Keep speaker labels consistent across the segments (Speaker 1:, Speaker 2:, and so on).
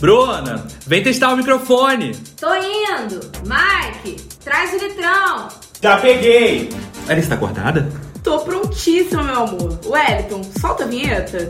Speaker 1: Bruna, vem testar o microfone.
Speaker 2: Tô indo! Mike, traz o litrão!
Speaker 3: Já peguei!
Speaker 1: Ela está acordada?
Speaker 4: Tô prontíssima, meu amor. Wellington, solta a vinheta.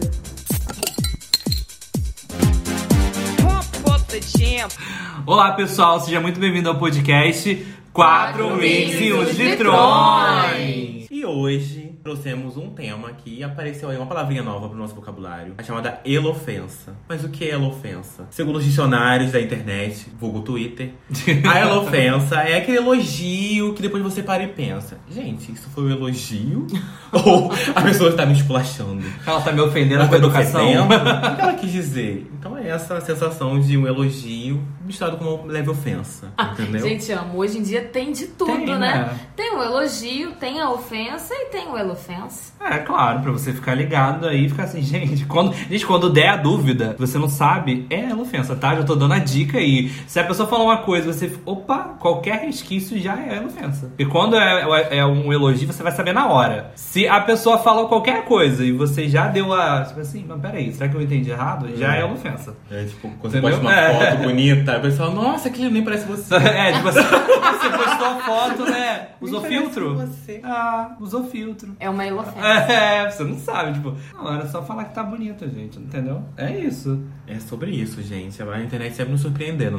Speaker 1: Olá, pessoal, seja muito bem-vindo ao podcast 4 Mix e uns Litrões.
Speaker 3: E hoje trouxemos um tema que apareceu aí uma palavrinha nova pro nosso vocabulário, a chamada elofensa. Mas o que é elofensa? Segundo os dicionários da internet, vulgo Twitter, a elofensa é aquele elogio que depois você para e pensa: gente, isso foi um elogio? Ou a pessoa está me esculachando?
Speaker 1: Ela tá me ofendendo com a
Speaker 3: tá me
Speaker 1: educação.
Speaker 3: ofendendo? O que ela quis dizer? Então é essa sensação de um elogio misturado com uma leve ofensa,
Speaker 1: Ah,
Speaker 3: entendeu?
Speaker 2: Gente, amo, hoje em dia tem de tudo,
Speaker 1: Tem,
Speaker 2: né?
Speaker 1: né?
Speaker 2: Tem o elogio, tem a ofensa e tem o elofensa.
Speaker 1: É, claro, pra você ficar ligado aí e ficar assim, gente, quando, gente, quando der a dúvida, você não sabe, é ela ofensa, tá? Já tô dando a dica aí. Se a pessoa falar uma coisa, você fica, opa, qualquer resquício já é ela ofensa. E quando é, é- é um elogio, você vai saber na hora. Se a pessoa falou qualquer coisa e você já deu a. Tipo assim, mas peraí, será que eu entendi errado? Já é ela ofensa.
Speaker 3: É tipo, quando você
Speaker 1: Entendeu?
Speaker 3: posta uma
Speaker 1: É.
Speaker 3: foto bonita, a pessoa, nossa, aquele nem parece você.
Speaker 1: É, tipo assim, você postou a foto, né? Usou
Speaker 3: Nem parece
Speaker 1: filtro?
Speaker 3: você.
Speaker 1: Ah, usou filtro.
Speaker 2: É uma elofensa.
Speaker 1: É, você não sabe, tipo, não, era só falar que tá bonita, gente, entendeu? É isso.
Speaker 3: É sobre isso, gente. A internet sempre nos surpreendendo,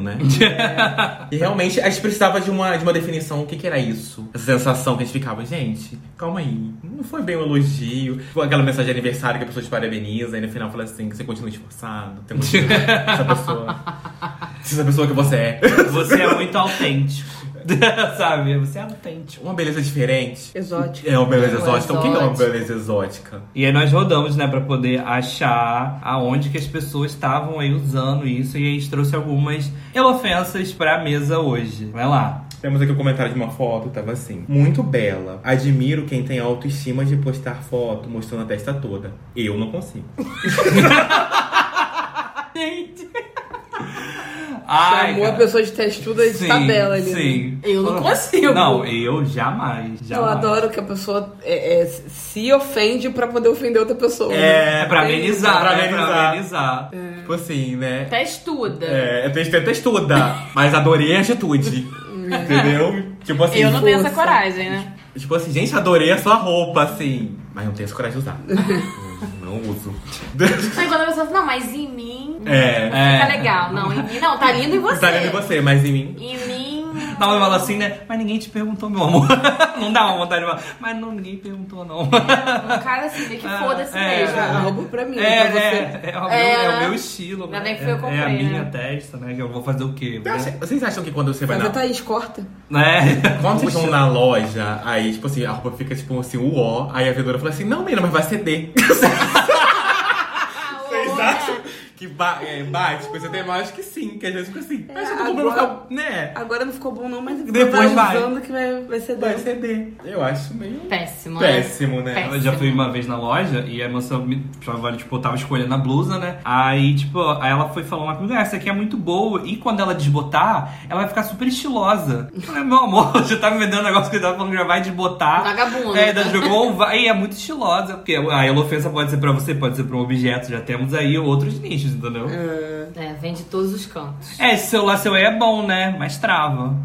Speaker 3: né?
Speaker 1: É.
Speaker 3: E realmente a gente precisava de uma, de uma definição. O que, que era isso? Essa sensação que a gente ficava, gente, calma aí. Não foi bem um elogio. Foi aquela mensagem de aniversário que a pessoa te parabeniza e no final fala assim: que você continua esforçado. Tem muito essa pessoa. Essa pessoa que você é.
Speaker 1: Você é muito autêntico. Sabe? Você é autêntico.
Speaker 3: Uma beleza diferente.
Speaker 4: Exótico.
Speaker 3: É uma beleza exótica. Então, o que é uma
Speaker 2: Exótica.
Speaker 3: beleza exótica?
Speaker 1: E aí nós rodamos, né, pra poder achar aonde que as pessoas estavam aí usando isso. E a gente trouxe algumas elofensas pra mesa hoje. Vai lá.
Speaker 3: Temos aqui o comentário de uma foto, tava assim. Muito bela. Admiro quem tem autoestima de postar foto mostrando a testa toda. Eu não consigo.
Speaker 1: Gente!
Speaker 4: Chamou a pessoa de testuda e de tabela ali. né?
Speaker 1: Sim.
Speaker 4: Eu não consigo.
Speaker 1: Não, eu jamais.
Speaker 4: Eu
Speaker 1: jamais.
Speaker 4: adoro que a pessoa é, é, se ofende pra poder ofender outra pessoa. né?
Speaker 1: É, pra amenizar,
Speaker 3: Pra
Speaker 1: né? Pra
Speaker 3: amenizar.
Speaker 1: amenizar.
Speaker 3: Tipo assim, né?
Speaker 2: Testuda.
Speaker 3: É, eu tenho testuda, mas adorei a atitude. entendeu? Tipo assim.
Speaker 2: Eu não tenho essa
Speaker 4: Força.
Speaker 2: coragem, né?
Speaker 3: Tipo assim, gente, adorei a sua roupa, assim. Mas não tenho essa coragem de usar. Hum, não uso.
Speaker 2: Só enquanto a pessoa fala, não, mas em mim
Speaker 3: É.
Speaker 1: É.
Speaker 2: fica legal. Não, em mim não, tá lindo em você.
Speaker 3: Tá vendo em você, mas em mim.
Speaker 2: Em mim.
Speaker 1: Não, eu falo assim, né? Mas ninguém te perguntou, meu amor. Não dá uma vontade de falar. Mas não, ninguém perguntou, não.
Speaker 2: Um cara assim, meio que
Speaker 1: Ah,
Speaker 2: foda-se
Speaker 1: é.
Speaker 2: mesmo.
Speaker 4: Já roubo pra mim.
Speaker 1: É,
Speaker 4: pra você.
Speaker 1: é, é, o meu,
Speaker 2: É.
Speaker 1: é o meu estilo.
Speaker 2: Ainda
Speaker 1: né?
Speaker 2: bem que foi eu
Speaker 1: É-
Speaker 2: comprei,
Speaker 1: É a minha
Speaker 2: né?
Speaker 1: testa, né? Que eu vou fazer o quê?
Speaker 3: Vocês acham- Né? Vocês acham que quando você vai
Speaker 4: Mas a
Speaker 3: na.
Speaker 4: Thaís corta.
Speaker 1: Né?
Speaker 3: Quando vocês vão na loja, aí, tipo assim, a roupa fica, tipo assim, uó. Aí a vendedora fala assim: não, menina, mas vai ceder.
Speaker 2: Ah,
Speaker 3: Vocês
Speaker 2: olha.
Speaker 3: acham que ba é, bate com esse tema? Eu Acho que sim, que às vezes fica
Speaker 2: É,
Speaker 3: assim. Mas eu tô comprando
Speaker 4: agora-
Speaker 3: ficar, né?
Speaker 4: Agora não ficou bom, não, mas
Speaker 1: Depois
Speaker 4: vai
Speaker 1: vai.
Speaker 4: usando que vai, vai ser
Speaker 3: Vai
Speaker 4: dela.
Speaker 3: ceder. Eu acho meio
Speaker 2: Péssimo. né?
Speaker 3: péssimo, né?
Speaker 2: Péssimo.
Speaker 1: Eu já fui uma vez na loja e a moça me tava, tipo, eu tava escolhendo a blusa, né? Aí, tipo, aí ela foi falando lá comigo, "Ah, essa aqui é muito boa. E quando ela desbotar, ela vai ficar super estilosa. Eu falei, meu amor, você tá me vendendo um negócio que eu tava falando que já vai desbotar.
Speaker 2: Vagabundo. né?
Speaker 1: É, da jogou um va- e é muito estilosa. Porque a elofensa pode ser pra você, pode ser pra um objeto. Já temos aí outros nichos, entendeu?
Speaker 2: É, vem de todos os cantos.
Speaker 1: É, esse celular seu aí é bom, né? Mas trava.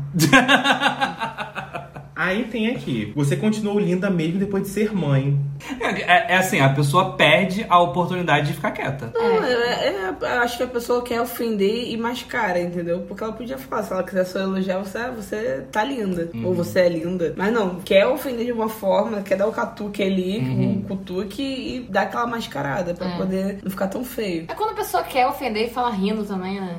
Speaker 3: Aí tem aqui. Você continuou linda mesmo depois de ser mãe.
Speaker 1: É, é assim, a pessoa perde a oportunidade de ficar quieta.
Speaker 4: Não, é- é- acho que a pessoa quer ofender e mascara, entendeu? Porque ela podia falar, se ela quiser só elogiar, você, ah, você tá linda. Ou
Speaker 1: Uhum.
Speaker 4: você é linda. Mas não, quer ofender de uma forma, quer dar o catuque ali,
Speaker 1: Uhum.
Speaker 4: um cutuque e dar aquela mascarada pra
Speaker 1: É.
Speaker 4: poder não ficar tão feio.
Speaker 2: É quando a pessoa quer ofender e fala rindo também, né?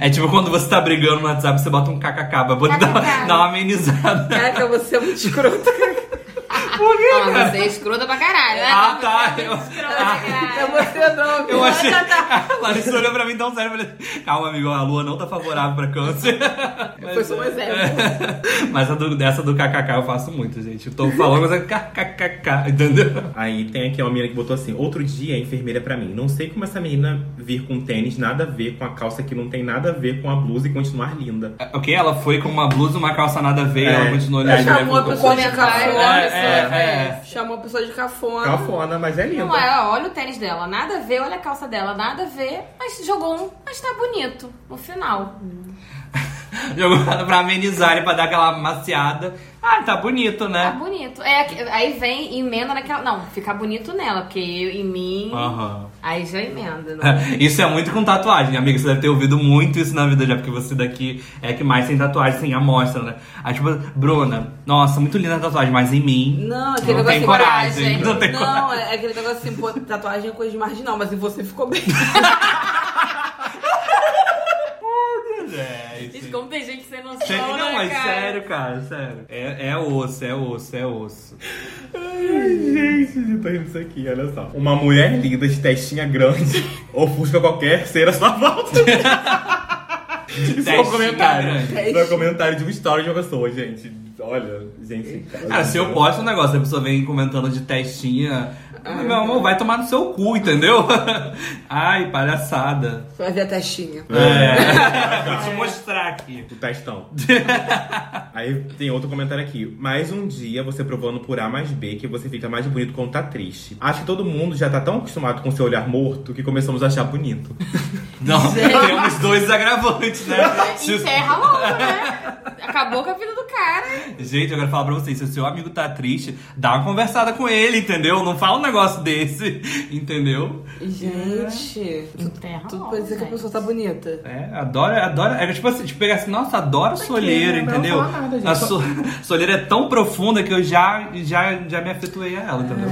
Speaker 1: É tipo quando você tá brigando no WhatsApp, você bota um kkk pra poder dar,
Speaker 2: KKK.
Speaker 1: dar uma amenizada.
Speaker 4: Caraca, você é muito escrota.
Speaker 1: Por quê,
Speaker 2: Não,
Speaker 1: cara?
Speaker 2: você é escrota pra caralho, né?
Speaker 1: Ah, tá. Eu,
Speaker 2: Escrota pra
Speaker 4: É
Speaker 2: caralho.
Speaker 4: você não.
Speaker 2: Tá,
Speaker 1: eu
Speaker 4: cara.
Speaker 1: achei. Larissa olhou pra mim tão sério e falei: Calma, amigo, a lua não tá favorável pra câncer.
Speaker 4: Foi
Speaker 1: é.
Speaker 4: só um exemplo.
Speaker 1: Mas a do- dessa do kkk eu faço muito, gente. Eu tô falando, mas é kkkk, entendeu?
Speaker 3: Aí tem aqui uma menina que botou assim: Outro dia a enfermeira pra mim. Não sei como essa menina vir com tênis, nada a ver com a calça que não tem nada a ver com a blusa e continuar linda.
Speaker 1: Ok, ela É, foi com uma blusa, uma calça nada a ver, e
Speaker 3: É.
Speaker 1: ela continuou
Speaker 3: É,
Speaker 1: olhando. né,
Speaker 4: chamou a
Speaker 1: colocou-
Speaker 4: pessoa de
Speaker 2: comentário,
Speaker 4: cafona.
Speaker 2: né?
Speaker 1: É, é, é.
Speaker 4: Chamou a pessoa de cafona.
Speaker 3: Cafona, mas é linda.
Speaker 2: Não é, ó, olha o tênis dela, nada a ver, olha a calça dela, nada a ver, mas jogou um, mas tá bonito no final.
Speaker 1: Jogou pra amenizar e pra dar aquela maciada. Ah, tá bonito,
Speaker 2: Tá
Speaker 1: né?
Speaker 2: bonito. É, aqui- aí vem, emenda naquela. Não, fica bonito nela, porque eu em mim.
Speaker 1: Aham.
Speaker 2: Aí já emenda, né?
Speaker 1: Isso é muito com tatuagem, amiga. Você deve ter ouvido muito isso na vida já, porque você daqui é que mais tem tatuagem, sem amostra, né? Aí, tipo, Bruna, nossa, muito linda a tatuagem, mas em mim.
Speaker 4: Não, aquele
Speaker 1: Não
Speaker 4: negócio
Speaker 1: tem
Speaker 4: assim,
Speaker 1: coragem, não
Speaker 4: Não,
Speaker 1: tem coragem.
Speaker 4: é aquele negócio assim, pô, tatuagem é coisa de marginal, mas e você ficou bem.
Speaker 1: Gente.
Speaker 2: Gente, como tem gente sem noção,
Speaker 1: Sério, não,
Speaker 2: né,
Speaker 1: mas
Speaker 2: cara?
Speaker 1: sério, cara, sério. É, é osso, é osso, é osso.
Speaker 3: Gente, eu tô rindo isso aqui, olha só. Uma mulher linda de testinha grande ofusca qualquer ser à sua volta. Isso é
Speaker 1: Testinha
Speaker 3: um
Speaker 1: né?
Speaker 3: comentário.
Speaker 1: grande.
Speaker 3: Isso é um comentário de uma história de uma pessoa, gente. Olha, gente. Ah,
Speaker 1: Cara, se eu posto um negócio, a pessoa vem comentando de testinha. ah, meu amor, vai tomar no seu cu, entendeu? Ai, palhaçada.
Speaker 4: Fazer a testinha.
Speaker 1: É. Vou te mostrar aqui.
Speaker 3: O testão. Aí tem outro comentário aqui. Mais um dia você provando por A mais B que você fica mais bonito quando tá triste. Acho que todo mundo já tá tão acostumado com seu olhar morto que começamos a achar bonito.
Speaker 1: Não, temos dois agravantes, né? Se o-
Speaker 2: Encerra logo, né? Acabou com a vida do cara.
Speaker 1: Gente, eu quero falar pra vocês, se o seu amigo tá triste, dá uma conversada com ele, entendeu? Não fala um negócio desse, entendeu?
Speaker 4: Gente,
Speaker 2: Enterra
Speaker 4: tudo
Speaker 2: logo,
Speaker 4: pra dizer que a
Speaker 2: gente.
Speaker 4: pessoa tá bonita.
Speaker 1: É, adora, adora. É tipo assim, tipo, pegar assim, nossa, adoro soleira,
Speaker 3: né? Não
Speaker 1: entendeu?
Speaker 3: fala nada, gente.
Speaker 1: a so- soleira é tão profunda que eu já, já, já me afetuei a ela, entendeu?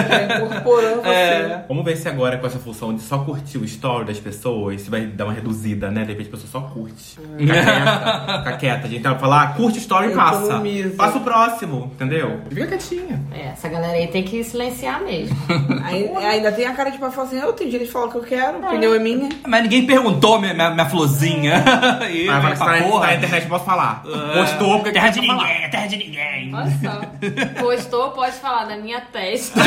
Speaker 4: Já incorporou Tá você.
Speaker 1: É.
Speaker 3: Vamos ver se agora com essa função de só curtir o story das pessoas, se vai dar uma reduzida, né? De repente a pessoa só curte. Fica quieta, fica quieta. A gente vai falar, "Ah, curte o story e passa.
Speaker 4: Economiza.
Speaker 3: Passa o próximo, entendeu? Fica quietinha.
Speaker 2: É, essa galera aí tem que silenciar mesmo.
Speaker 4: Aí, ainda tem a cara de pra falar assim, eu tenho direito de falar o que eu quero, a opinião é minha.
Speaker 1: Mas ninguém perguntou minha, minha, minha florzinha. E,
Speaker 3: Vai falar que tá
Speaker 1: pra
Speaker 3: na-
Speaker 1: porra.
Speaker 3: tá na internet, posso falar. Gostou, porque
Speaker 1: É. terra
Speaker 3: quer
Speaker 1: de
Speaker 3: falar.
Speaker 1: ninguém, é terra de ninguém.
Speaker 2: Olha só. Gostou, pode falar da minha testa.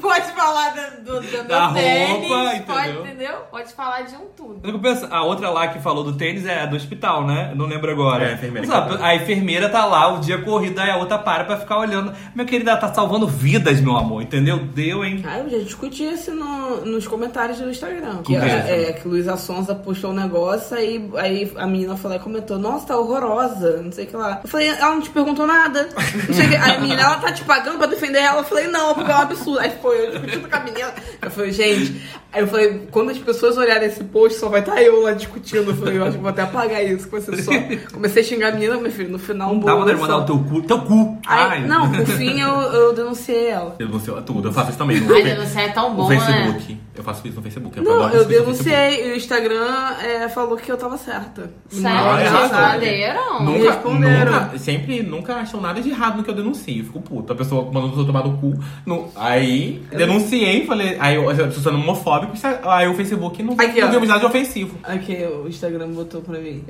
Speaker 2: pode falar da- do, do
Speaker 1: Da
Speaker 2: meu tênis.
Speaker 1: roupa,
Speaker 2: pode,
Speaker 1: entendeu?
Speaker 2: entendeu? Pode falar de um tudo.
Speaker 1: Eu fico pensando, a outra lá que falou do tênis é a do hospital, né? Eu não lembro agora.
Speaker 3: É, a enfermeira
Speaker 1: Mas, ó,
Speaker 3: que falou.
Speaker 1: a enfermeira tá lá, o dia corrido, aí a outra para pra ficar olhando. Meu querido, ela tá salvando vidas, meu amor, entendeu? Deu, hein?
Speaker 4: Ah, eu já discuti isso no- nos comentários do Instagram. Que,
Speaker 1: Com quem?
Speaker 4: é, que Luísa Sonza postou um negócio, aí, aí a menina falou e comentou, nossa, tá horrorosa, não sei o que lá. Eu falei, ela não te perguntou nada. Não sei o que. Aí a menina, ela tá te pagando pra defender ela. Eu falei, não, porque é um absurdo. Aí foi, eu discutindo com a menina. Eu falei, gente, aí eu falei, quando as pessoas olharem esse post, só vai estar eu lá discutindo. Eu falei, eu acho que vou até apagar isso, comecei só. Comecei a xingar a menina, meu filho, no final um
Speaker 1: Não dá pra mandar o teu cu. Teu cu!
Speaker 4: Aí,
Speaker 1: Ai.
Speaker 4: não, por fim eu, eu denunciei ela.
Speaker 3: Eu denuncio tudo, eu faço isso também. No,
Speaker 2: Ai,
Speaker 3: Fe-
Speaker 2: denunciar é tão
Speaker 3: no
Speaker 2: bom, né?
Speaker 3: Facebook. Eu faço isso no Facebook.
Speaker 4: Não,
Speaker 3: adoro isso
Speaker 4: eu
Speaker 3: no Facebook.
Speaker 4: denunciei e o Instagram é, falou que eu tava certa.
Speaker 2: Sério,
Speaker 3: Ah, é
Speaker 2: né? vocês
Speaker 3: errado.
Speaker 2: valeram?
Speaker 4: Não.
Speaker 3: Nunca,
Speaker 4: responderam.
Speaker 3: nunca- sempre, nunca acham nada de errado no que eu denuncio. Eu fico puto. A pessoa mandou a pessoa tomar no cu. No, aí, denunciei, falei. Aí, eu, a pessoa sendo homofóbico, é, aí o Facebook não,
Speaker 4: Aqui,
Speaker 3: não
Speaker 4: ó.
Speaker 3: viu nada de ofensivo.
Speaker 4: Aqui o Instagram botou pra mim.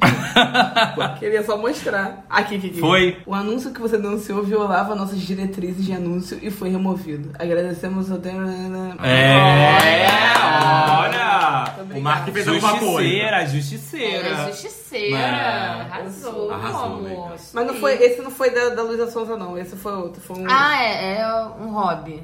Speaker 4: Queria só mostrar. Aqui, aqui, aqui.
Speaker 1: Foi.
Speaker 4: O anúncio que você denunciou violava nossas diretrizes de anúncio e foi removido. Agradecemos ao tempo.
Speaker 1: É, olha!
Speaker 4: Muito obrigada.
Speaker 3: O Mark fez alguma coisa.
Speaker 1: Justiceira, justiceira.
Speaker 2: É justiceira.
Speaker 1: Mas-
Speaker 2: Arrasou,
Speaker 3: Arrasou,
Speaker 2: meu amor.
Speaker 3: amiga.
Speaker 4: Mas não foi, esse não foi da, da Luísa Sonza, não. Esse foi outro. Foi um.
Speaker 2: Ah, é, é um hobby.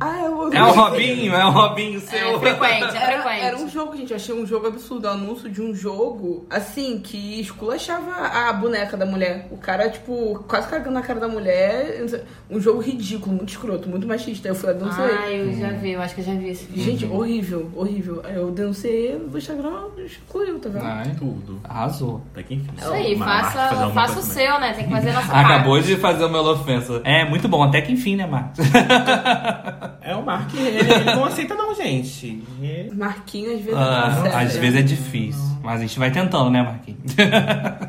Speaker 4: Ah, eu ouvi.
Speaker 1: É um Robinho, é um Robinho
Speaker 2: É
Speaker 1: seu.
Speaker 2: frequente, é
Speaker 4: Era,
Speaker 2: frequente.
Speaker 4: era um jogo, gente. Eu achei um jogo absurdo. O anúncio de um jogo, assim, que esculachava a boneca da mulher. O cara, tipo, quase cagando na cara da mulher. Um jogo ridículo, muito escroto, muito machista. Eu fui lá, denunciei.
Speaker 2: Ah, eu já vi, eu acho que eu já vi esse vídeo.
Speaker 1: Uhum.
Speaker 4: Gente, horrível, horrível. Aí eu denunciei no Instagram, excluiu, tá vendo?
Speaker 1: Ai,
Speaker 3: Tudo.
Speaker 1: arrasou.
Speaker 3: Até que enfim.
Speaker 2: Isso aí,
Speaker 3: Uma marca, fazer
Speaker 2: faça,
Speaker 3: alguma
Speaker 2: faça o
Speaker 3: coisa
Speaker 2: seu, né? Tem que fazer a nossa
Speaker 1: Acabou
Speaker 2: parte.
Speaker 1: de fazer uma ofensa. É, muito bom, até que enfim, né, Marcos?
Speaker 3: também. É o Mark, ele, ele não aceita, não, gente. É.
Speaker 4: Marquinhos, às vezes.
Speaker 1: Ah,
Speaker 4: não serve.
Speaker 1: às vezes é difícil, mas a gente vai tentando, né, Marquinhos?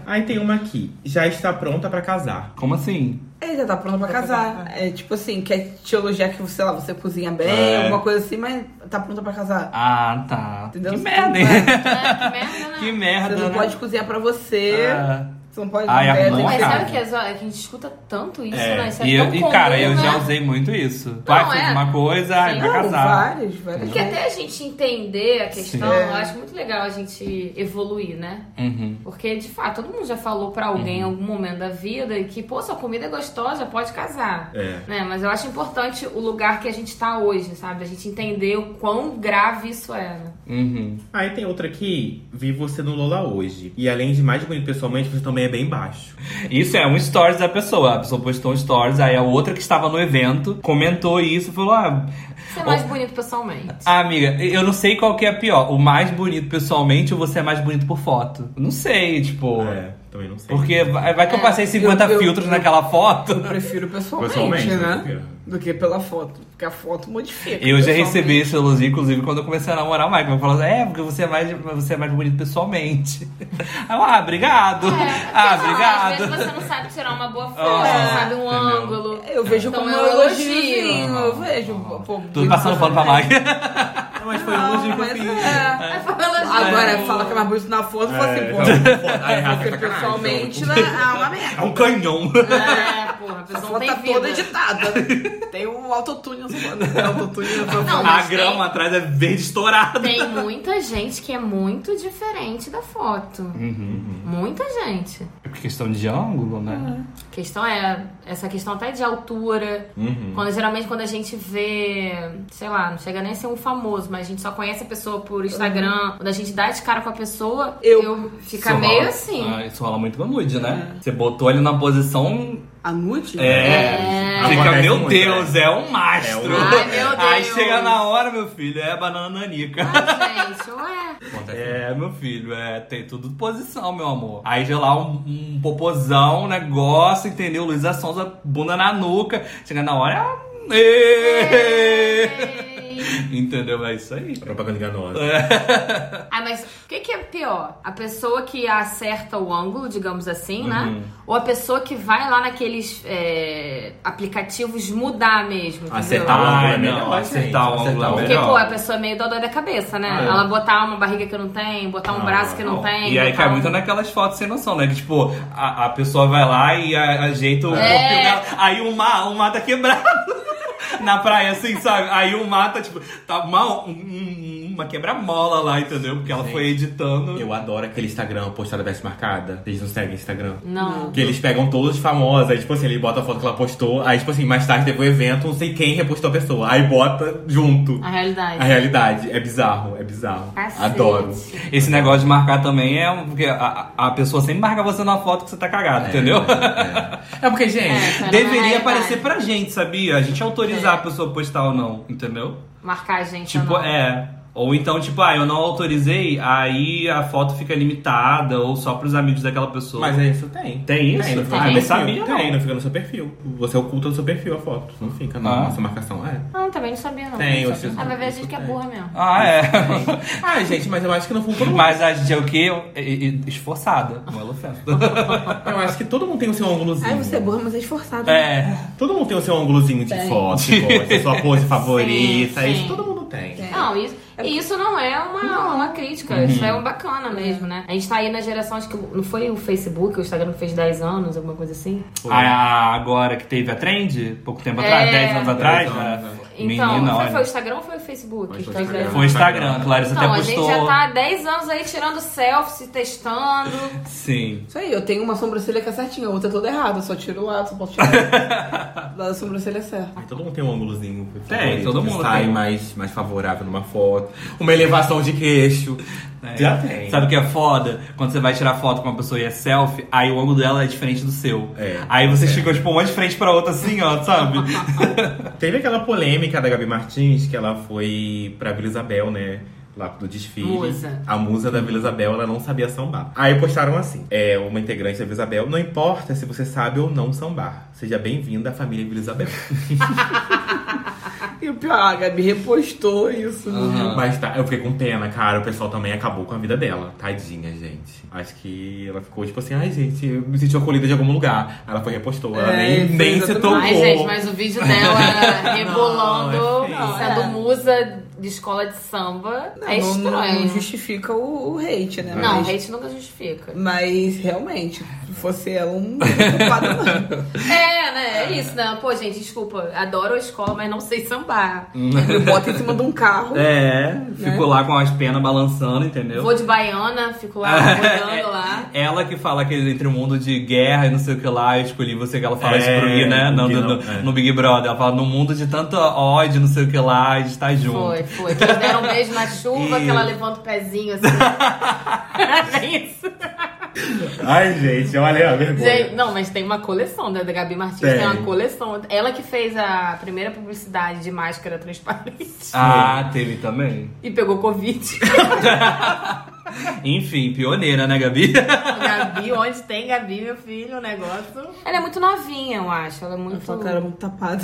Speaker 3: Aí tem uma aqui. Já está pronta pra casar.
Speaker 1: Como assim?
Speaker 4: É, já tá pronto pra casar. É tipo assim, quer te elogiar que, sei lá, você cozinha bem,
Speaker 3: É.
Speaker 4: alguma coisa assim, mas tá pronta pra casar.
Speaker 1: Ah, tá.
Speaker 4: Entendeu?
Speaker 1: Que
Speaker 4: Você
Speaker 1: merda,
Speaker 4: não
Speaker 1: hein?
Speaker 2: Né? Que merda, né?
Speaker 1: Que
Speaker 4: Você
Speaker 1: merda,
Speaker 4: não
Speaker 1: né?
Speaker 4: pode cozinhar pra você.
Speaker 1: Ah,
Speaker 4: Você não pode
Speaker 1: Ai,
Speaker 4: não
Speaker 1: a
Speaker 4: é,
Speaker 1: mão
Speaker 4: tem
Speaker 2: Mas
Speaker 4: que-
Speaker 1: cara.
Speaker 2: sabe o que é zo- é que a gente escuta tanto isso, né? Isso é
Speaker 1: E,
Speaker 2: tão
Speaker 1: eu- e,
Speaker 2: comum,
Speaker 1: cara, eu
Speaker 2: né?
Speaker 1: já usei muito isso. Pai,
Speaker 2: Não,
Speaker 1: fiz
Speaker 2: é.
Speaker 1: uma coisa, ai,
Speaker 2: Sim.
Speaker 1: vai
Speaker 4: Não,
Speaker 1: casar.
Speaker 4: várias, várias.
Speaker 2: Porque até a gente entender a questão,
Speaker 4: Sim.
Speaker 2: eu acho muito legal a gente evoluir, né?
Speaker 1: Uhum.
Speaker 2: Porque, de fato, todo mundo já falou pra alguém em algum momento da vida que, pô, sua comida é gostosa, pode casar.
Speaker 3: É.
Speaker 2: Né? Mas eu acho importante o lugar que a gente tá hoje, sabe? A gente entender o quão grave isso é. né?
Speaker 1: Uhum.
Speaker 3: Aí tem outra aqui, vi você no Lola hoje. E além de mais bonito pessoalmente, você também é bem baixo.
Speaker 1: Isso é um stories da pessoa. A pessoa postou um stories, aí a outra que estava no evento comentou isso e falou: ah,
Speaker 2: Você é mais bonito pessoalmente.
Speaker 1: ah, amiga, eu não sei qual que é pior. O mais bonito pessoalmente ou você é mais bonito por foto? Não sei, tipo.
Speaker 3: É, também não sei.
Speaker 1: Porque vai vai que eu passei 50
Speaker 4: eu- eu-
Speaker 1: filtros
Speaker 4: eu-
Speaker 1: naquela foto.
Speaker 4: Eu prefiro pessoalmente,
Speaker 3: Pessoalmente,
Speaker 4: né?
Speaker 3: né?
Speaker 4: Do que pela foto. Porque a foto modifica.
Speaker 1: Eu já
Speaker 4: pessoalmente.
Speaker 1: recebi esse elogio, inclusive, quando eu comecei a namorar o Michael. Eu falava, é, porque você é mais, você é mais bonito pessoalmente. Aí eu, ah, obrigado. ah,
Speaker 2: Porque, sei lá, Às
Speaker 1: obrigado.
Speaker 2: vezes você não sabe tirar uma boa foto,
Speaker 1: Ah,
Speaker 2: não sabe um
Speaker 1: entendeu.
Speaker 2: ângulo.
Speaker 4: Eu vejo
Speaker 2: Então
Speaker 4: como
Speaker 2: é
Speaker 4: um
Speaker 2: um
Speaker 4: elogiozinho. Eu vejo. Pô,
Speaker 1: Tô tá passando pano pra Michael.
Speaker 3: Mas foi um
Speaker 4: Não,
Speaker 3: elogio que eu
Speaker 4: mas
Speaker 3: fiz.
Speaker 4: é.
Speaker 2: Aí foi um elogio.
Speaker 4: Agora, fala que é mais bonito na foto, fala assim,
Speaker 3: É,
Speaker 4: pô.
Speaker 3: então, aí, Rafa,
Speaker 4: Porque
Speaker 3: sacanagem,
Speaker 4: pessoalmente,
Speaker 3: então.
Speaker 4: né? É uma merda.
Speaker 1: É um canhão.
Speaker 2: É, porra, a
Speaker 4: A
Speaker 2: pessoa não
Speaker 4: foto
Speaker 2: tem
Speaker 4: tá
Speaker 2: vida.
Speaker 4: toda editada. Tem um autotune nessa foto. Tem autotune nessa
Speaker 2: Não,
Speaker 4: foto.
Speaker 1: A
Speaker 2: mas tem-
Speaker 1: grama atrás é verde estourada.
Speaker 2: Tem muita gente que é muito diferente da foto. Muita gente.
Speaker 1: É por questão de ângulo, né?
Speaker 2: A questão é essa questão até de altura.
Speaker 3: Uhum.
Speaker 2: Quando geralmente quando a gente vê, sei lá, não chega nem a ser um famoso, mas a gente só conhece a pessoa por Instagram, quando a gente dá de cara com a pessoa, eu,
Speaker 4: Uhum. Eu-
Speaker 2: fica
Speaker 1: Isso
Speaker 2: meio
Speaker 1: rola-
Speaker 2: assim.
Speaker 1: Ah, isso rola muito com a nude, né?
Speaker 3: É.
Speaker 1: Você botou ele na posição.
Speaker 4: A nude?
Speaker 1: É.
Speaker 2: É.
Speaker 1: Fica,
Speaker 3: Acontece
Speaker 1: meu
Speaker 3: muito,
Speaker 1: Deus,
Speaker 3: né?
Speaker 1: é um mastro.
Speaker 3: É um-
Speaker 2: Ai, meu
Speaker 1: Aí
Speaker 2: Deus.
Speaker 1: chega na hora, meu filho, é banana nanica.
Speaker 2: Ai, gente, ué.
Speaker 1: É, meu filho, é, tem tudo posição, meu amor. Aí já lá um, um popozão, um negócio, entendeu? Luísa Sonza, bunda na nuca. Chega na hora, é um ela-
Speaker 2: É.
Speaker 1: Ê! Entendeu? É isso aí.
Speaker 3: Propaganda enganosa.
Speaker 2: Ah, mas o que, que é pior? A pessoa que acerta o ângulo, digamos assim, né? Ou a pessoa que vai lá naqueles é, aplicativos mudar mesmo, entendeu?
Speaker 3: Acertar o
Speaker 1: Ai,
Speaker 3: ângulo é
Speaker 1: não,
Speaker 3: melhor.
Speaker 1: acertar o
Speaker 3: gente.
Speaker 1: ângulo é
Speaker 3: Acertar
Speaker 2: Porque,
Speaker 1: melhor.
Speaker 2: pô, a pessoa é meio dodói da cabeça, né?
Speaker 1: É.
Speaker 2: Ela botar uma barriga que não tem, botar um
Speaker 3: Ah,
Speaker 2: braço que não, tem.
Speaker 1: E aí
Speaker 2: botar
Speaker 1: cai
Speaker 2: um-
Speaker 1: muito naquelas fotos sem noção, né? Que tipo, a, a pessoa vai lá e a- ajeita o
Speaker 2: É.
Speaker 1: corpinho dela, aí o mar, o mar tá quebrado. Na praia, assim, sabe? Aí o mar tá, tipo, tá uma, um- uma quebra-mola lá, entendeu? Porque ela foi editando.
Speaker 3: Eu adoro aquele Instagram postada veste marcada. Vocês não seguem Instagram?
Speaker 2: Não.
Speaker 3: Que eles pegam todos os famosos, aí, tipo assim, ele bota a foto que ela postou, aí, tipo assim, mais tarde teve o evento, não sei quem repostou a pessoa, aí bota junto.
Speaker 2: A realidade.
Speaker 3: A realidade. É bizarro, é bizarro.
Speaker 2: Cacete.
Speaker 3: Adoro.
Speaker 1: Esse negócio de marcar também é um- porque a, a pessoa sempre marca você na foto que você tá cagado, entendeu?
Speaker 3: É, é. É porque, gente.
Speaker 2: É. Mas não é
Speaker 1: Deveria
Speaker 2: verdade. É.
Speaker 1: aparecer pra gente, sabia? A gente autorizar a pessoa a postar ou não, entendeu?
Speaker 2: Marcar a gente.
Speaker 1: Tipo,
Speaker 2: ou não.
Speaker 1: é. Ou então, tipo, ah, eu não autorizei, aí a foto fica limitada, ou só pros amigos daquela pessoa.
Speaker 3: Mas é isso tem.
Speaker 1: Tem isso?
Speaker 3: Tem, não fica
Speaker 1: Ah,
Speaker 3: no
Speaker 1: eu não
Speaker 3: perfil.
Speaker 1: sabia,
Speaker 3: Tem,
Speaker 1: não.
Speaker 3: não fica no seu perfil. Você oculta no seu perfil a foto. Não fica na
Speaker 1: Ah.
Speaker 3: nossa marcação. É.
Speaker 2: Não, Ah, também não sabia, não.
Speaker 3: Tem,
Speaker 2: não
Speaker 3: eu sei.
Speaker 2: sabia. Ah, vai ver a gente que é burra mesmo.
Speaker 1: Ah, é.
Speaker 3: ah, gente, mas eu acho que no fundo todo mundo.
Speaker 1: Mas a gente é o quê? É, é, é, Esforçada. Uma ofensa.
Speaker 3: Eu acho que todo mundo tem o seu ângulozinho.
Speaker 4: Ai, você é burra, mas é esforçada.
Speaker 1: É.
Speaker 3: Todo mundo tem o seu ângulozinho de
Speaker 4: Tem.
Speaker 3: foto, que gosta, sua pose favorita. é
Speaker 2: sim.
Speaker 3: Isso todo mundo tem.
Speaker 4: Tem.
Speaker 2: Não, isso, e isso não é uma, uma crítica,
Speaker 3: Uhum.
Speaker 2: isso é um bacana mesmo, né? A gente tá aí na geração, acho que não foi o Facebook, o Instagram que fez 10 anos, alguma coisa assim?
Speaker 1: Ah, agora que teve a trend, pouco tempo atrás,
Speaker 2: É.
Speaker 1: 10 anos atrás,
Speaker 3: Dez anos,
Speaker 1: né?
Speaker 3: né?
Speaker 2: Então,
Speaker 1: Menina,
Speaker 2: foi,
Speaker 1: olha.
Speaker 2: foi o Instagram ou foi o Facebook?
Speaker 3: Mas foi
Speaker 2: Foi
Speaker 3: o
Speaker 2: os
Speaker 3: Instagram.
Speaker 2: 10
Speaker 1: Foi o Instagram, a Clarissa
Speaker 2: Então,
Speaker 1: até
Speaker 2: a
Speaker 1: postou.
Speaker 2: gente já tá há 10 anos aí tirando selfie, se testando.
Speaker 1: Sim.
Speaker 4: Isso aí, eu tenho uma sobrancelha que é certinha, a outra é toda errada, eu só tiro o lado, só posso tirar o lado da sobrancelha é certa.
Speaker 3: Ai, todo mundo tem um ângulozinho favorito
Speaker 1: Tem, todo
Speaker 3: que
Speaker 1: mundo
Speaker 3: sai
Speaker 1: tem.
Speaker 3: Mais, mais favorável numa foto. Uma elevação de queixo.
Speaker 1: É.
Speaker 3: Já tem.
Speaker 1: Sabe o que é foda? Quando você vai tirar foto com uma pessoa e é selfie, aí o ângulo dela é diferente do seu.
Speaker 3: É.
Speaker 1: Aí você chegou, tipo, uma de frente pra outra assim, ó, sabe?
Speaker 3: Teve aquela polêmica da Gabi Martins que ela foi pra Vila Isabel, né? Lá do desfile.
Speaker 2: Musa.
Speaker 3: A musa da Vila Isabel, ela não sabia sambar. Aí postaram assim: é, uma integrante da Vila Isabel, não importa se você sabe ou não sambar. Seja bem-vinda à família Vila Isabel.
Speaker 4: E o pior, a Gabi repostou isso. né?
Speaker 1: Aham.
Speaker 3: Mas tá, eu fiquei com pena, cara. O pessoal também acabou com a vida dela. Tadinha, gente. Acho que ela ficou tipo assim, ai, gente, eu me senti acolhida de algum lugar. Ela foi repostou, ela
Speaker 4: É,
Speaker 3: nem,
Speaker 4: foi
Speaker 3: nem se
Speaker 4: exatamente.
Speaker 3: tocou.
Speaker 2: Ai, gente, mas o vídeo dela rebolando,
Speaker 3: Não, é
Speaker 4: feio.
Speaker 2: sendo
Speaker 4: Não, é.
Speaker 2: musa de escola de samba
Speaker 4: Não,
Speaker 2: é
Speaker 4: não-
Speaker 2: estranho.
Speaker 4: não- não justifica o, o hate, né?
Speaker 2: Não,
Speaker 4: Mas-
Speaker 2: hate nunca justifica.
Speaker 4: Mas realmente, se fosse ela, um padrão.
Speaker 2: É, né? É isso, né? Pô, gente, desculpa. Adoro a escola, mas não sei sambar.
Speaker 4: Me bota em cima de um carro.
Speaker 1: É,
Speaker 4: Né?
Speaker 1: fico lá com as penas balançando, entendeu?
Speaker 2: Vou de baiana, fico lá olhando lá.
Speaker 1: Ela que fala que entre o mundo de guerra e não sei o que lá, eu escolhi você que ela fala
Speaker 3: É,
Speaker 1: isso pro Gui, né? No,
Speaker 3: Gui
Speaker 1: no-
Speaker 3: não,
Speaker 1: no-
Speaker 3: é.
Speaker 1: no Big Brother. Ela fala, no mundo de tanto ódio, não sei o que lá, a gente tá junto.
Speaker 2: Foi, foi. Que eles deram um beijo na chuva,
Speaker 1: E-
Speaker 2: que ela levanta o pezinho assim. é isso.
Speaker 3: Ai, gente, olha a vergonha.
Speaker 2: Gente, não, mas tem uma coleção né, da Gabi Martins, tem.
Speaker 3: Tem.
Speaker 2: uma coleção. Ela que fez a primeira publicidade de máscara transparente.
Speaker 1: Ah, teve também.
Speaker 2: E pegou Covid.
Speaker 1: Enfim, pioneira, né, Gabi?
Speaker 2: Gabi, onde tem Gabi, meu filho, o negócio. Ela é muito novinha, eu acho. Ela é
Speaker 4: Eu
Speaker 2: muito.
Speaker 4: falo que ela era muito tapada.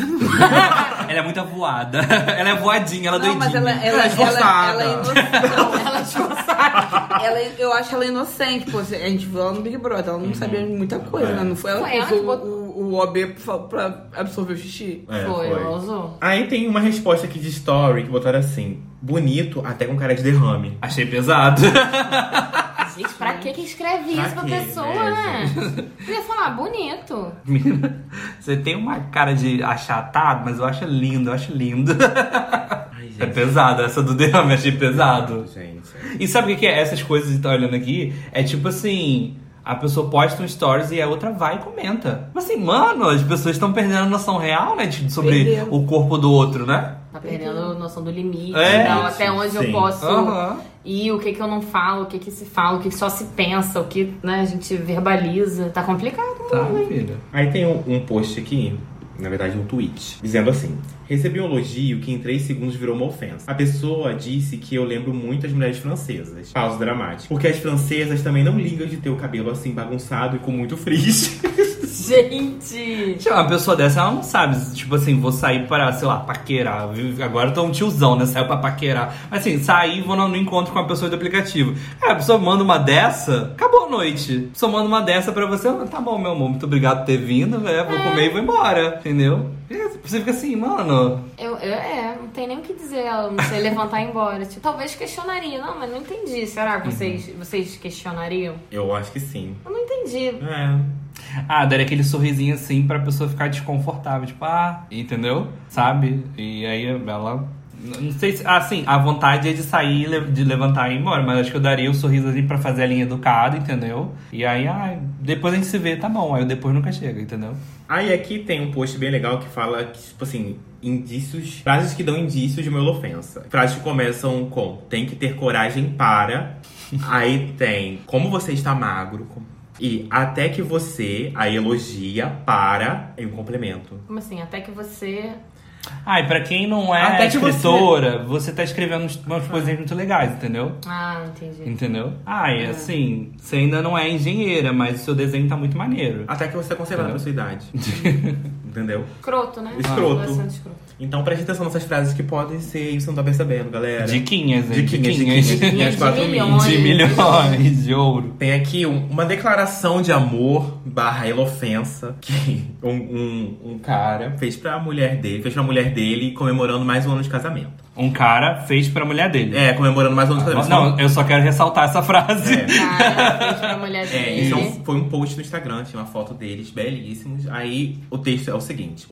Speaker 1: ela é muito voada. ela é voadinha, ela é
Speaker 4: Não,
Speaker 1: doidinha.
Speaker 4: mas ela, ela,
Speaker 3: Ela é
Speaker 4: ela, ela é
Speaker 3: esforçada.
Speaker 4: inocente.
Speaker 2: Ela é esforçada.
Speaker 4: Ela é- eu acho ela inocente. Pô, a gente viu ela no Big Brother, ela não sabia muita coisa, né? Não foi ela
Speaker 2: Uhum. É. Foi
Speaker 4: que
Speaker 2: ela que
Speaker 4: usou
Speaker 2: botou-
Speaker 4: o, o OB pra, pra absorver o xixi.
Speaker 3: É,
Speaker 2: foi, ela usou.
Speaker 3: Aí tem uma resposta aqui de story que botaram assim: bonito até com cara de derrame.
Speaker 1: Achei pesado.
Speaker 2: Gente, pra que que escreve
Speaker 3: Pra
Speaker 2: isso pra
Speaker 3: quê,
Speaker 2: pessoa, né?
Speaker 3: né,
Speaker 2: Eu ia falar, bonito.
Speaker 1: Menina, você tem uma cara de achatado, mas eu acho lindo, eu acho lindo.
Speaker 3: Ai,
Speaker 1: É pesado, essa do derrame, achei pesado.
Speaker 3: Gente.
Speaker 1: E sabe o que que é? Essas coisas que tá olhando aqui é tipo assim. A pessoa posta um stories e a outra vai e comenta. Mas assim, mano, as pessoas estão perdendo a noção real, né? de- sobre
Speaker 4: Perdeu.
Speaker 1: o corpo do outro, né?
Speaker 2: Tá perdendo a noção do limite,
Speaker 1: É.
Speaker 2: então, até onde eu
Speaker 3: Sim.
Speaker 2: posso
Speaker 1: Aham.
Speaker 2: ir, o que que eu não falo, o que que se fala, o que que só se pensa, o que né, a gente verbaliza. Tá complicado.
Speaker 1: Tá, filha.
Speaker 3: Aí tem um, um post aqui, na verdade um tweet, dizendo assim: Recebi um elogio que em três segundos virou uma ofensa. A pessoa disse que eu lembro muito as mulheres francesas. Pausa dramática. Porque as francesas também não ligam de ter o cabelo assim bagunçado e com muito frizz.
Speaker 2: Gente!
Speaker 1: Tipo, uma pessoa dessa, ela não sabe. Tipo assim, vou sair para, sei lá, paquerar. viu? Agora eu tô um tiozão, né? Saiu pra paquerar. Mas assim, saí e vou no no encontro com a pessoa do aplicativo. Cara, a pessoa manda uma dessa, acabou a noite. A pessoa manda uma dessa pra você, "Ah, tá bom, meu amor, muito obrigado por ter vindo, né? Vou comer e vou embora, entendeu? E Você fica assim, mano.
Speaker 2: Eu, eu- é, não tem nem o que dizer, ela não sei levantar e ir embora. Tipo, talvez questionaria. Não, mas não entendi. Será que vocês, vocês questionariam?
Speaker 3: Eu acho que sim.
Speaker 2: Eu não entendi.
Speaker 3: É.
Speaker 1: Ah, daria aquele sorrisinho assim pra pessoa ficar desconfortável, tipo, ah, entendeu? Sabe? E aí ela. Não sei se. Assim, a vontade é de sair, le- de levantar e ir embora, mas acho que eu daria o sorriso ali pra fazer a linha educada, entendeu? E aí, ah, depois a gente se vê, tá bom, aí o depois nunca chega, entendeu?
Speaker 3: Aí aqui tem um post bem legal que fala que, tipo assim, indícios, frases que dão indícios de uma ofensa. Frases que começam com tem que ter coragem para. Aí tem como você está magro. com- E até que você, aí elogia, para, e um complemento.
Speaker 2: Como assim? Até que você.
Speaker 1: Ah, e pra quem não é
Speaker 3: Até que você- Ah.
Speaker 1: escritora, você... tá escrevendo uns- umas coisinhas muito legais, entendeu?
Speaker 2: Ah, entendi.
Speaker 1: Entendeu? Ah,
Speaker 3: é.
Speaker 1: e assim, você ainda não é engenheira, mas o seu desenho tá muito maneiro.
Speaker 3: Até que você é conservado pra sua idade. Entendeu?
Speaker 2: Escroto, né?
Speaker 3: Escroto.
Speaker 2: Adolescente escroto.
Speaker 3: Então preste atenção nessas frases que podem ser e você não tá percebendo, galera.
Speaker 1: Diquinhas, hein?
Speaker 3: Diquinhas, diquinhas, diquinhas,
Speaker 2: De
Speaker 3: quatro mil.
Speaker 2: milhões.
Speaker 1: De milhões de ouro.
Speaker 3: Tem aqui um- uma declaração de amor barra elofensa que um, um- um cara fez pra mulher dele, fez pra mulher dele comemorando mais um ano de casamento.
Speaker 1: Um cara fez pra mulher dele.
Speaker 3: É, comemorando mais um ano de casamento.
Speaker 1: Ah, Não, eu só quero ressaltar essa frase.
Speaker 3: É.
Speaker 2: Cara, fez pra mulher
Speaker 3: É,
Speaker 2: dele.
Speaker 3: isso é um- foi um post no Instagram, tinha uma foto deles, belíssimos. Aí o texto é o seguinte.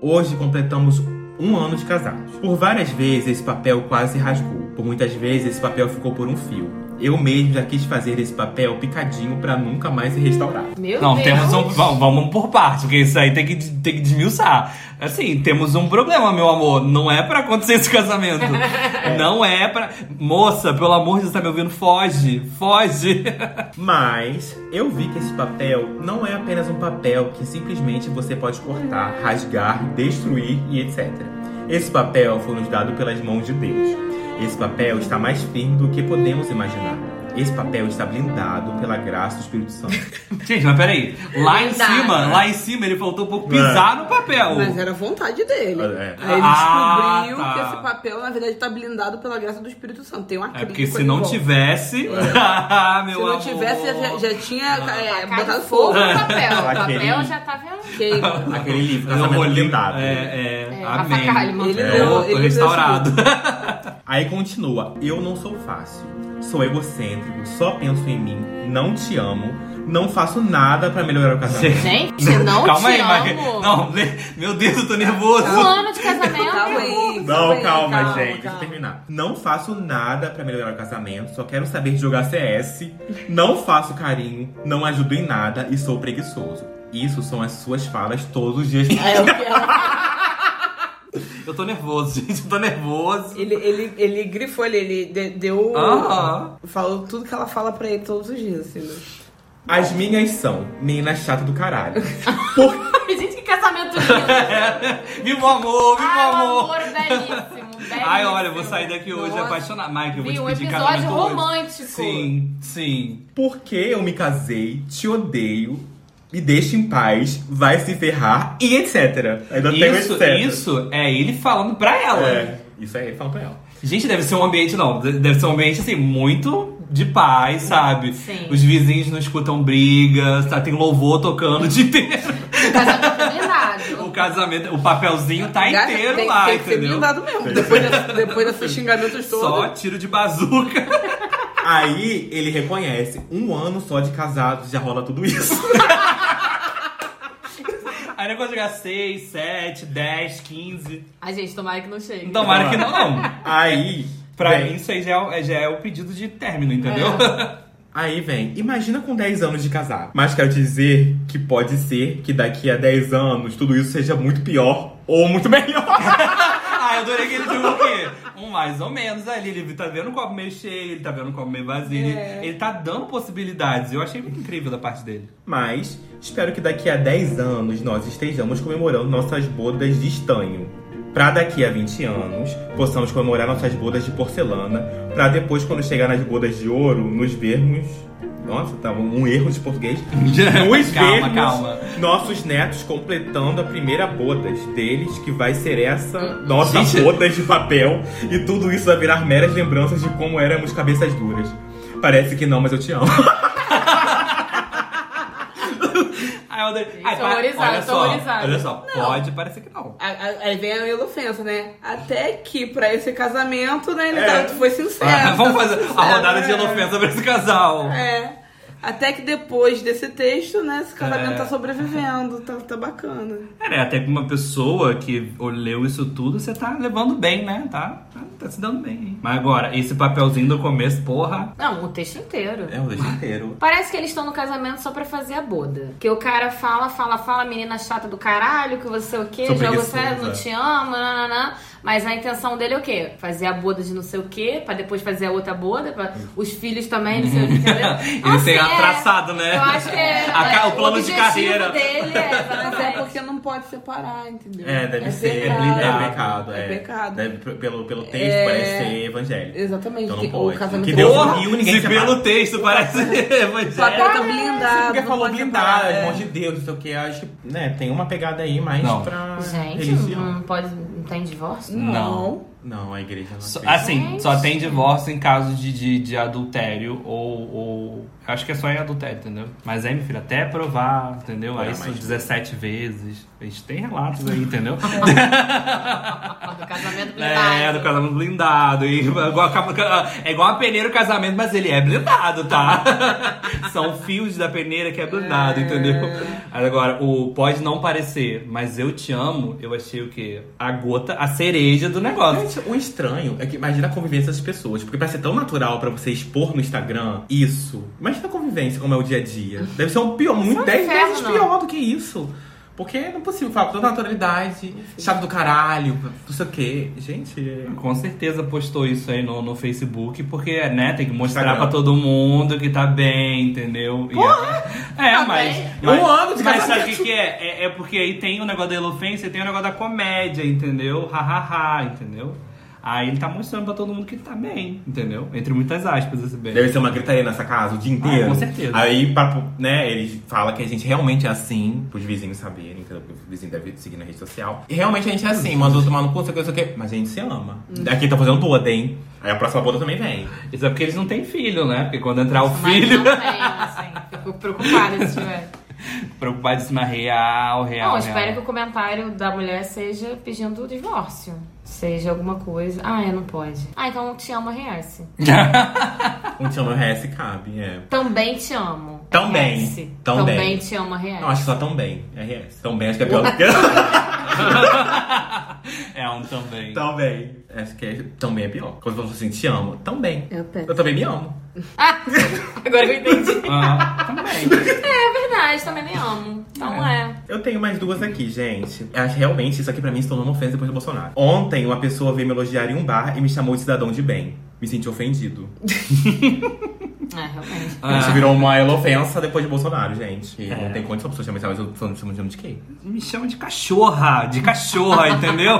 Speaker 3: Hoje completamos um ano de casados. Por várias vezes esse papel quase se rasgou. Por muitas vezes esse papel ficou por um fio. Eu mesmo já quis fazer esse papel picadinho pra nunca mais se restaurar.
Speaker 2: Meu
Speaker 1: Não,
Speaker 2: Deus.
Speaker 1: temos um. Vamos, vamos por parte, porque isso aí tem que, tem que desmiuçar. Assim, temos um problema, meu amor. Não é pra acontecer esse casamento. Não é pra. Moça, pelo amor de Deus, tá me ouvindo? Foge, foge.
Speaker 3: Mas eu vi que esse papel não é apenas um papel que simplesmente você pode cortar, rasgar, destruir e etc. Esse papel foi nos dado pelas mãos de Deus. Esse papel está mais firme do que podemos imaginar. Esse papel está blindado pela graça do Espírito Santo.
Speaker 1: Gente, mas peraí. Lá em
Speaker 2: Verdade.
Speaker 1: cima, lá em cima ele faltou um pouco pisar no papel.
Speaker 4: Mas era vontade dele.
Speaker 3: É.
Speaker 4: Aí ele
Speaker 1: Ah,
Speaker 4: descobriu
Speaker 1: tá.
Speaker 4: que esse papel, na verdade, tá blindado pela graça do Espírito Santo. Tem um uma
Speaker 1: É
Speaker 4: crítica.
Speaker 1: porque se
Speaker 4: de
Speaker 1: não
Speaker 4: volta.
Speaker 1: tivesse. Ah, meu
Speaker 4: Se não
Speaker 1: amor.
Speaker 4: tivesse, já, já tinha
Speaker 1: Ah.
Speaker 4: é,
Speaker 2: Botado
Speaker 4: botado
Speaker 2: fogo
Speaker 4: fogo.
Speaker 2: no papel. O
Speaker 3: Aquele-
Speaker 2: papel já tá tava.
Speaker 4: Que-
Speaker 3: Aquele livro,
Speaker 1: Fazer um
Speaker 3: casamento
Speaker 1: rolinho.
Speaker 3: blindado.
Speaker 1: É, é.
Speaker 2: É,
Speaker 1: Amém.
Speaker 2: a facalho, mano.
Speaker 4: Ele
Speaker 1: É,
Speaker 4: deu-
Speaker 1: tô
Speaker 4: ele deu
Speaker 1: restaurado.
Speaker 3: Aí continua, eu não sou fácil. Sou egocêntrico, só penso em mim, não te amo, não faço nada pra melhorar o casamento.
Speaker 2: Gente, não
Speaker 1: Calma
Speaker 2: te
Speaker 1: aí,
Speaker 2: amo.
Speaker 1: Não, le- meu Deus, eu tô nervoso.
Speaker 2: Um ano de casamento.
Speaker 4: Calma aí.
Speaker 3: Não, calma,
Speaker 4: aí,
Speaker 3: gente, deixa eu terminar. Não faço nada pra melhorar o casamento, só quero saber jogar CS, não faço carinho, não ajudo em nada e sou preguiçoso. Isso são as suas falas todos os dias.
Speaker 4: É o que ela
Speaker 1: Eu tô nervoso, gente. Eu tô nervoso.
Speaker 4: Ele, ele, ele grifou ali, ele de- deu.
Speaker 1: Ah.
Speaker 4: Falou tudo que ela fala pra ele todos os dias, assim. né?
Speaker 3: As minhas são, menina chata do caralho. Por...
Speaker 2: Gente, que casamento lindo.
Speaker 1: Viva o amor, viva
Speaker 2: Ah,
Speaker 1: o
Speaker 2: um
Speaker 1: amor.
Speaker 2: amor belíssimo, belíssimo.
Speaker 1: Ai, olha, eu vou sair daqui hoje
Speaker 2: Nossa.
Speaker 1: apaixonado. Mike, eu vou
Speaker 2: Vi,
Speaker 1: te
Speaker 2: um
Speaker 1: pedir em
Speaker 2: episódio
Speaker 1: casamento hoje.
Speaker 2: romântico.
Speaker 1: Sim, sim.
Speaker 3: Porque eu me casei, te odeio, me deixa em paz, vai se ferrar e etc. Ainda tem
Speaker 1: Isso,
Speaker 3: etc.
Speaker 1: isso é ele falando pra ela.
Speaker 3: É, isso aí, fala pra ela.
Speaker 1: Gente, deve ser um ambiente, não. de- Deve ser um ambiente, assim, muito de paz, sabe?
Speaker 2: Sim.
Speaker 1: Os vizinhos não escutam briga, tá? tem louvor tocando o dia inteiro.
Speaker 2: O casamento blindado.
Speaker 1: O casamento, o papelzinho tá
Speaker 4: Gata,
Speaker 1: inteiro
Speaker 4: tem,
Speaker 1: lá,
Speaker 4: tem que ser
Speaker 1: entendeu?
Speaker 4: blindado mesmo. Depois, dessa, depois desses xingamentos
Speaker 1: Só
Speaker 4: todos.
Speaker 1: tiro de bazuca.
Speaker 3: Aí ele reconhece, um ano só de casado já rola tudo isso.
Speaker 1: Aí né, quando chegar 6, 7, 10, 15.
Speaker 2: Ai, gente, tomara que não chegue.
Speaker 1: Tomara que não, não.
Speaker 3: Aí.
Speaker 1: Pra
Speaker 3: vem,
Speaker 1: mim, isso aí já é, o- é- já é o pedido de término, entendeu?
Speaker 4: É.
Speaker 3: Aí vem, imagina com 10 anos de casado. Mas quero dizer que pode ser que daqui a 10 anos tudo isso seja muito pior ou muito melhor.
Speaker 1: ah, eu adorei que ele jogou o quê? Um mais ou menos ali. Ele tá vendo o copo meio cheio, ele tá vendo o copo meio vazio. ele-
Speaker 2: É.
Speaker 1: Ele, tá dando possibilidades. Eu achei muito incrível da parte dele.
Speaker 3: Mas espero que daqui a 10 anos nós estejamos comemorando nossas bodas de estanho. Pra daqui a 20 anos, possamos comemorar nossas bodas de porcelana. Pra depois, quando chegar nas bodas de ouro, nos vermos. Nossa, tá um erro de português. Nos
Speaker 1: calma,
Speaker 3: vermos
Speaker 1: calma.
Speaker 3: nossos netos completando a primeira bodas deles, que vai ser essa nossa
Speaker 1: Gente.
Speaker 3: bodas de papel. E tudo isso vai virar meras lembranças de como éramos cabeças duras. Parece que não, mas eu te amo.
Speaker 1: Ai, eu adorei.
Speaker 2: Gente,
Speaker 1: Ai,
Speaker 2: tô
Speaker 1: para-
Speaker 2: horrorizada,
Speaker 1: olha
Speaker 2: tô
Speaker 1: só,
Speaker 2: horrorizada.
Speaker 1: olha só, pode parecer que não.
Speaker 4: A- a- Aí vem a elofensa, né? Até que pra esse casamento, né, ele
Speaker 3: É.
Speaker 4: tá- foi sincero.
Speaker 1: Ah, vamos
Speaker 4: tá
Speaker 1: fazer
Speaker 4: sincero,
Speaker 1: a rodada de
Speaker 4: é.
Speaker 1: elofensa pra esse casal.
Speaker 4: É. Até que depois desse texto, né, esse casamento
Speaker 1: É.
Speaker 4: tá sobrevivendo, tá, tá bacana.
Speaker 1: É, né, até que uma pessoa que leu isso tudo, você tá levando bem, né? Tá, tá, tá se dando bem. hein? Mas agora, esse papelzinho do começo, porra.
Speaker 2: Não, o texto inteiro.
Speaker 3: É o leite inteiro.
Speaker 2: Parece que eles estão no casamento só pra fazer a boda. Que o cara fala, fala, fala, menina chata do caralho, que você é o quê,
Speaker 3: Sou
Speaker 2: jogo
Speaker 3: preguiçosa.
Speaker 2: sério,
Speaker 1: é.
Speaker 2: não te amo, nananã. Mas a intenção dele é o quê? Fazer a boda de não sei o quê, pra depois fazer a outra boda, pra os filhos também, não sei o que. entendeu?
Speaker 1: Ele tem
Speaker 2: Assim, é.
Speaker 1: traçado, né?
Speaker 2: Eu acho que é,
Speaker 1: A ca-
Speaker 2: é,
Speaker 1: o plano de
Speaker 2: objetivo
Speaker 1: carreira.
Speaker 2: dele é,
Speaker 4: Mas é
Speaker 2: exatamente.
Speaker 4: porque não pode separar, entendeu?
Speaker 3: É, deve ser.
Speaker 1: pecado.
Speaker 3: É pecado. É,
Speaker 4: É pecado.
Speaker 3: Deve- p- pelo, pelo texto,
Speaker 4: É.
Speaker 3: parece ser evangélico.
Speaker 4: Exatamente.
Speaker 3: Então não
Speaker 4: que-
Speaker 3: pode.
Speaker 4: O casamento é
Speaker 3: Que Deus
Speaker 4: Porra,
Speaker 1: Porra,
Speaker 3: uniu, ninguém
Speaker 1: se
Speaker 3: separa.
Speaker 1: pelo texto parece é,
Speaker 4: o papel
Speaker 1: evangelho.
Speaker 4: tá blindado.
Speaker 3: Porque
Speaker 4: não
Speaker 3: falou
Speaker 4: pode
Speaker 3: blindado,
Speaker 4: separar,
Speaker 3: é.
Speaker 4: é.
Speaker 3: de Deus, não sei o que. Acho que né, tem uma pegada aí mais
Speaker 1: Não.
Speaker 3: pra
Speaker 2: Gente,
Speaker 3: religião.
Speaker 2: não pode. Não tem divórcio?
Speaker 1: Não.
Speaker 3: Não, a igreja não
Speaker 1: Só-
Speaker 3: fez.
Speaker 1: Assim,
Speaker 2: Gente.
Speaker 1: só tem divórcio em caso de, de, de adultério ou, ou- Acho que é só em adultério, entendeu? Mas aí, meu filho, até provar, entendeu?
Speaker 3: É,
Speaker 1: Aí são
Speaker 3: mas-
Speaker 1: 17 vezes. A gente tem relatos aí, entendeu?
Speaker 2: Do casamento blindado.
Speaker 1: É, do casamento blindado. E, igual, a- é igual a peneira o casamento, mas ele é blindado, tá? São fios da peneira que é blindado, entendeu? Aí Agora, o pode não parecer, mas eu te amo, eu achei o quê? A gota, a cereja do negócio.
Speaker 3: Gente, o estranho é que imagina a convivência das pessoas. Porque pra ser tão natural pra você expor no Instagram isso, imagina a convivência como é o dia a dia. Deve ser um
Speaker 1: é
Speaker 3: pior, muito
Speaker 2: um
Speaker 3: 10
Speaker 2: inferno.
Speaker 3: vezes pior do que isso. Porque não é possível falar com tanta naturalidade, chave do caralho, não sei o quê. Gente, é-
Speaker 1: Com certeza postou isso aí no, no Facebook, porque, né, tem que mostrar
Speaker 3: Instagram.
Speaker 1: pra todo mundo que tá bem, entendeu? Porra! É,
Speaker 2: Tá
Speaker 1: mas,
Speaker 2: bem.
Speaker 1: mas-
Speaker 3: Um ano de
Speaker 1: Mas sabe o
Speaker 3: casamento.
Speaker 1: que, que é? é? é porque aí tem o negócio da elofência e tem o negócio da comédia, entendeu? Hahaha, entendeu? Aí ele tá mostrando pra todo mundo que tá bem, entendeu? Entre muitas aspas, esse bem.
Speaker 3: Deve ser uma gritaria nessa casa o dia inteiro.
Speaker 1: Ah, com certeza.
Speaker 3: Aí, pra- né, ele fala que a gente realmente é assim, pros vizinhos saberem, entendeu? Porque o vizinho deve seguir na rede social. E realmente a gente é assim, mandou tomar no cu, não sei o que, não sei o que. Mas a gente se ama.
Speaker 1: Uhum.
Speaker 3: Aqui tá fazendo boda, hein? Aí a próxima boda também vem.
Speaker 1: Isso é porque eles não têm filho, né? Porque quando entrar o
Speaker 2: Mas
Speaker 1: filho,
Speaker 2: não tem, assim. Fico preocupada se tiver.
Speaker 1: preocupado isso na real, real.
Speaker 2: Bom,
Speaker 1: real.
Speaker 2: espero que o comentário da mulher seja pedindo o divórcio. Seja alguma coisa. Ah, é, não pode. Ah, então te amo, RS.
Speaker 3: Um te ama, o RS cabe, é.
Speaker 2: Também te amo.
Speaker 3: Também.
Speaker 2: RS.
Speaker 3: Também.
Speaker 2: Também te amo, RS.
Speaker 3: Não, acho que só tão bem. RS. Tão bem, acho que é pior do que.
Speaker 1: É um também.
Speaker 3: tão bem. Acho que é, tão bem é pior. Quando você assim, te amo, tão bem.
Speaker 4: Eu pego.
Speaker 3: Eu também me amo.
Speaker 2: Agora eu entendi.
Speaker 1: Ah, também.
Speaker 2: É verdade, também me amo. Então é.
Speaker 3: Eu tenho mais duas aqui, gente. Acho realmente isso aqui pra mim se tornou uma ofensa depois do Bolsonaro. Ontem uma pessoa veio me elogiar em um bar e me chamou de cidadão de bem. Me senti ofendido.
Speaker 2: É, realmente.
Speaker 3: Isso virou uma elofensa depois de Bolsonaro, gente. E
Speaker 1: É.
Speaker 3: Não tem condição a pessoa chamar mas eu tô me chamando de quê?
Speaker 1: Me chama de cachorra, de cachorra, entendeu?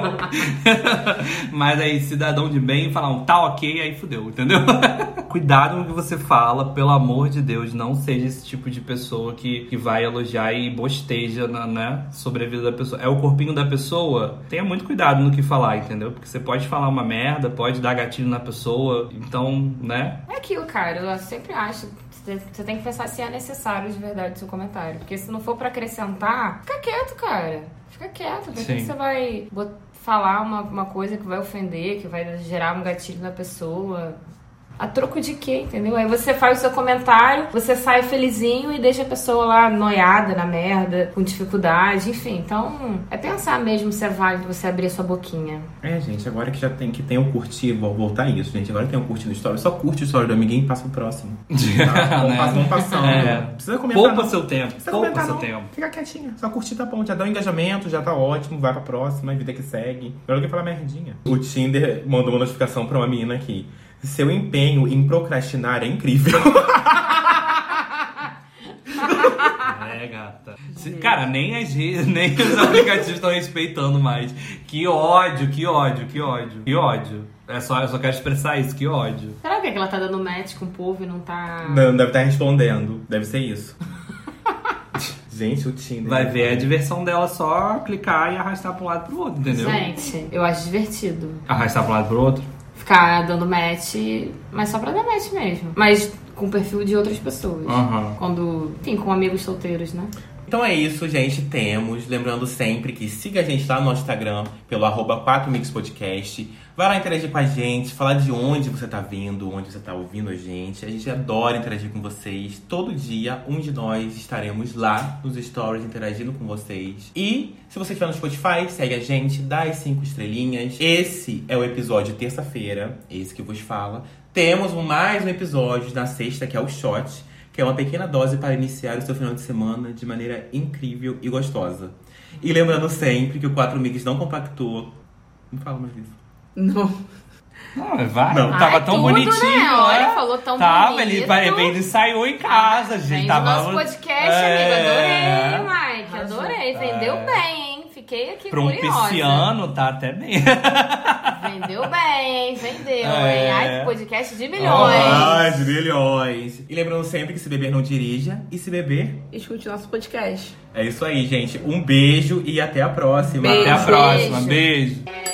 Speaker 1: Mas aí, cidadão de bem, falar um tá ok, aí fudeu, entendeu? Cuidado com o que você fala, pelo amor de Deus, não seja esse tipo de pessoa que, que vai elogiar e bosteja na, né, sobre a vida da pessoa. É o corpinho da pessoa, tenha muito cuidado no que falar, entendeu? Porque você pode falar uma merda, pode dar gatilho na pessoa, então, né?
Speaker 2: É aquilo, cara. Eu sempre acho. que Você tem que pensar se é necessário de verdade o seu comentário. Porque se não for pra acrescentar, fica quieto, cara. Fica quieto. Por que
Speaker 1: Sim.
Speaker 2: que você vai bot- falar uma, uma coisa que vai ofender, que vai gerar um gatilho na pessoa? A troco de quê, entendeu? Aí você faz o seu comentário, você sai felizinho e deixa a pessoa lá noiada na merda, com dificuldade, enfim. Então, é pensar mesmo se é válido você abrir a sua boquinha.
Speaker 3: É, gente, agora que já tem que tem o curtir, vou voltar a isso, gente. Agora tem o curtir no story. Só curte o story do amiguinho e passa pro próximo. Tá? Vamos
Speaker 1: Né?
Speaker 3: passando, vamos passando.
Speaker 1: É.
Speaker 3: Precisa comentar.
Speaker 1: Poupa
Speaker 3: não.
Speaker 1: seu tempo,
Speaker 3: Precisa
Speaker 1: poupa
Speaker 3: comentar,
Speaker 1: seu
Speaker 3: um não.
Speaker 1: tempo.
Speaker 3: Fica quietinha. Só curtir tá bom. Já dá um engajamento, já tá ótimo. Vai pra próxima, é vida que segue. Melhor do que falar merdinha. O Tinder mandou uma notificação pra uma menina aqui. Seu empenho em procrastinar é incrível.
Speaker 1: É, gata. Se- Cara, nem, as redes, nem os aplicativos estão respeitando mais. Que ódio, que ódio, que ódio. Que ódio. É só, eu só quero expressar isso, que ódio.
Speaker 2: Será que, é que ela tá dando match com o povo e não tá.
Speaker 3: Não, deve estar respondendo. Deve ser isso. Gente, o Tinder.
Speaker 1: Vai ver é a diversão dela só clicar e arrastar pra um lado e pro outro, entendeu?
Speaker 2: Gente, eu acho divertido.
Speaker 1: Arrastar pra um lado e pro outro.
Speaker 2: Ficar dando match, mas só pra dar match mesmo. Mas com o perfil de outras pessoas.
Speaker 1: Aham.
Speaker 2: Quando. Enfim, com amigos solteiros, né?
Speaker 3: Então é isso, gente. Temos. Lembrando sempre que siga a gente lá no nosso Instagram, pelo arroba 4mixpodcast. Vai lá interagir com a gente, falar de onde você tá vindo, onde você tá ouvindo a gente. A gente adora interagir com vocês. Todo dia, um de nós estaremos lá nos stories interagindo com vocês. E se você estiver no Spotify, segue a gente, dá as cinco estrelinhas. Esse é o episódio terça-feira, esse que vos fala. Temos mais um episódio na sexta, que é o Shot que é uma pequena dose para iniciar o seu final de semana de maneira incrível e gostosa. E lembrando sempre que o 4 Migs não compactou. Não fala mais isso.
Speaker 4: Não.
Speaker 1: Não, mas vai.
Speaker 3: Não.
Speaker 1: Tava
Speaker 2: Ai,
Speaker 1: tão
Speaker 2: tudo,
Speaker 1: bonitinho,
Speaker 2: né? Olha,
Speaker 1: né?
Speaker 2: falou tão
Speaker 1: Tava,
Speaker 2: bonito.
Speaker 1: ele, ele, ele saiu em casa, gente.
Speaker 2: Vem
Speaker 1: Tava... um-
Speaker 2: do nosso podcast,
Speaker 1: É.
Speaker 2: amigo. Adorei, Mike. Adorei. Vendeu bem, hein? Fiquei aqui
Speaker 1: Pra um
Speaker 2: curiosa.
Speaker 1: pisciano, tá até bem.
Speaker 2: Vendeu bem, hein? Vendeu,
Speaker 1: É.
Speaker 2: hein? Ai, que podcast de milhões.
Speaker 3: Ai, de milhões! E lembrando sempre que se beber não dirija e se beber.
Speaker 4: Escute nosso podcast.
Speaker 3: É isso aí, gente. Um beijo e até a próxima.
Speaker 4: Beijo.
Speaker 1: Até a próxima.
Speaker 2: Beijo.
Speaker 1: Beijo.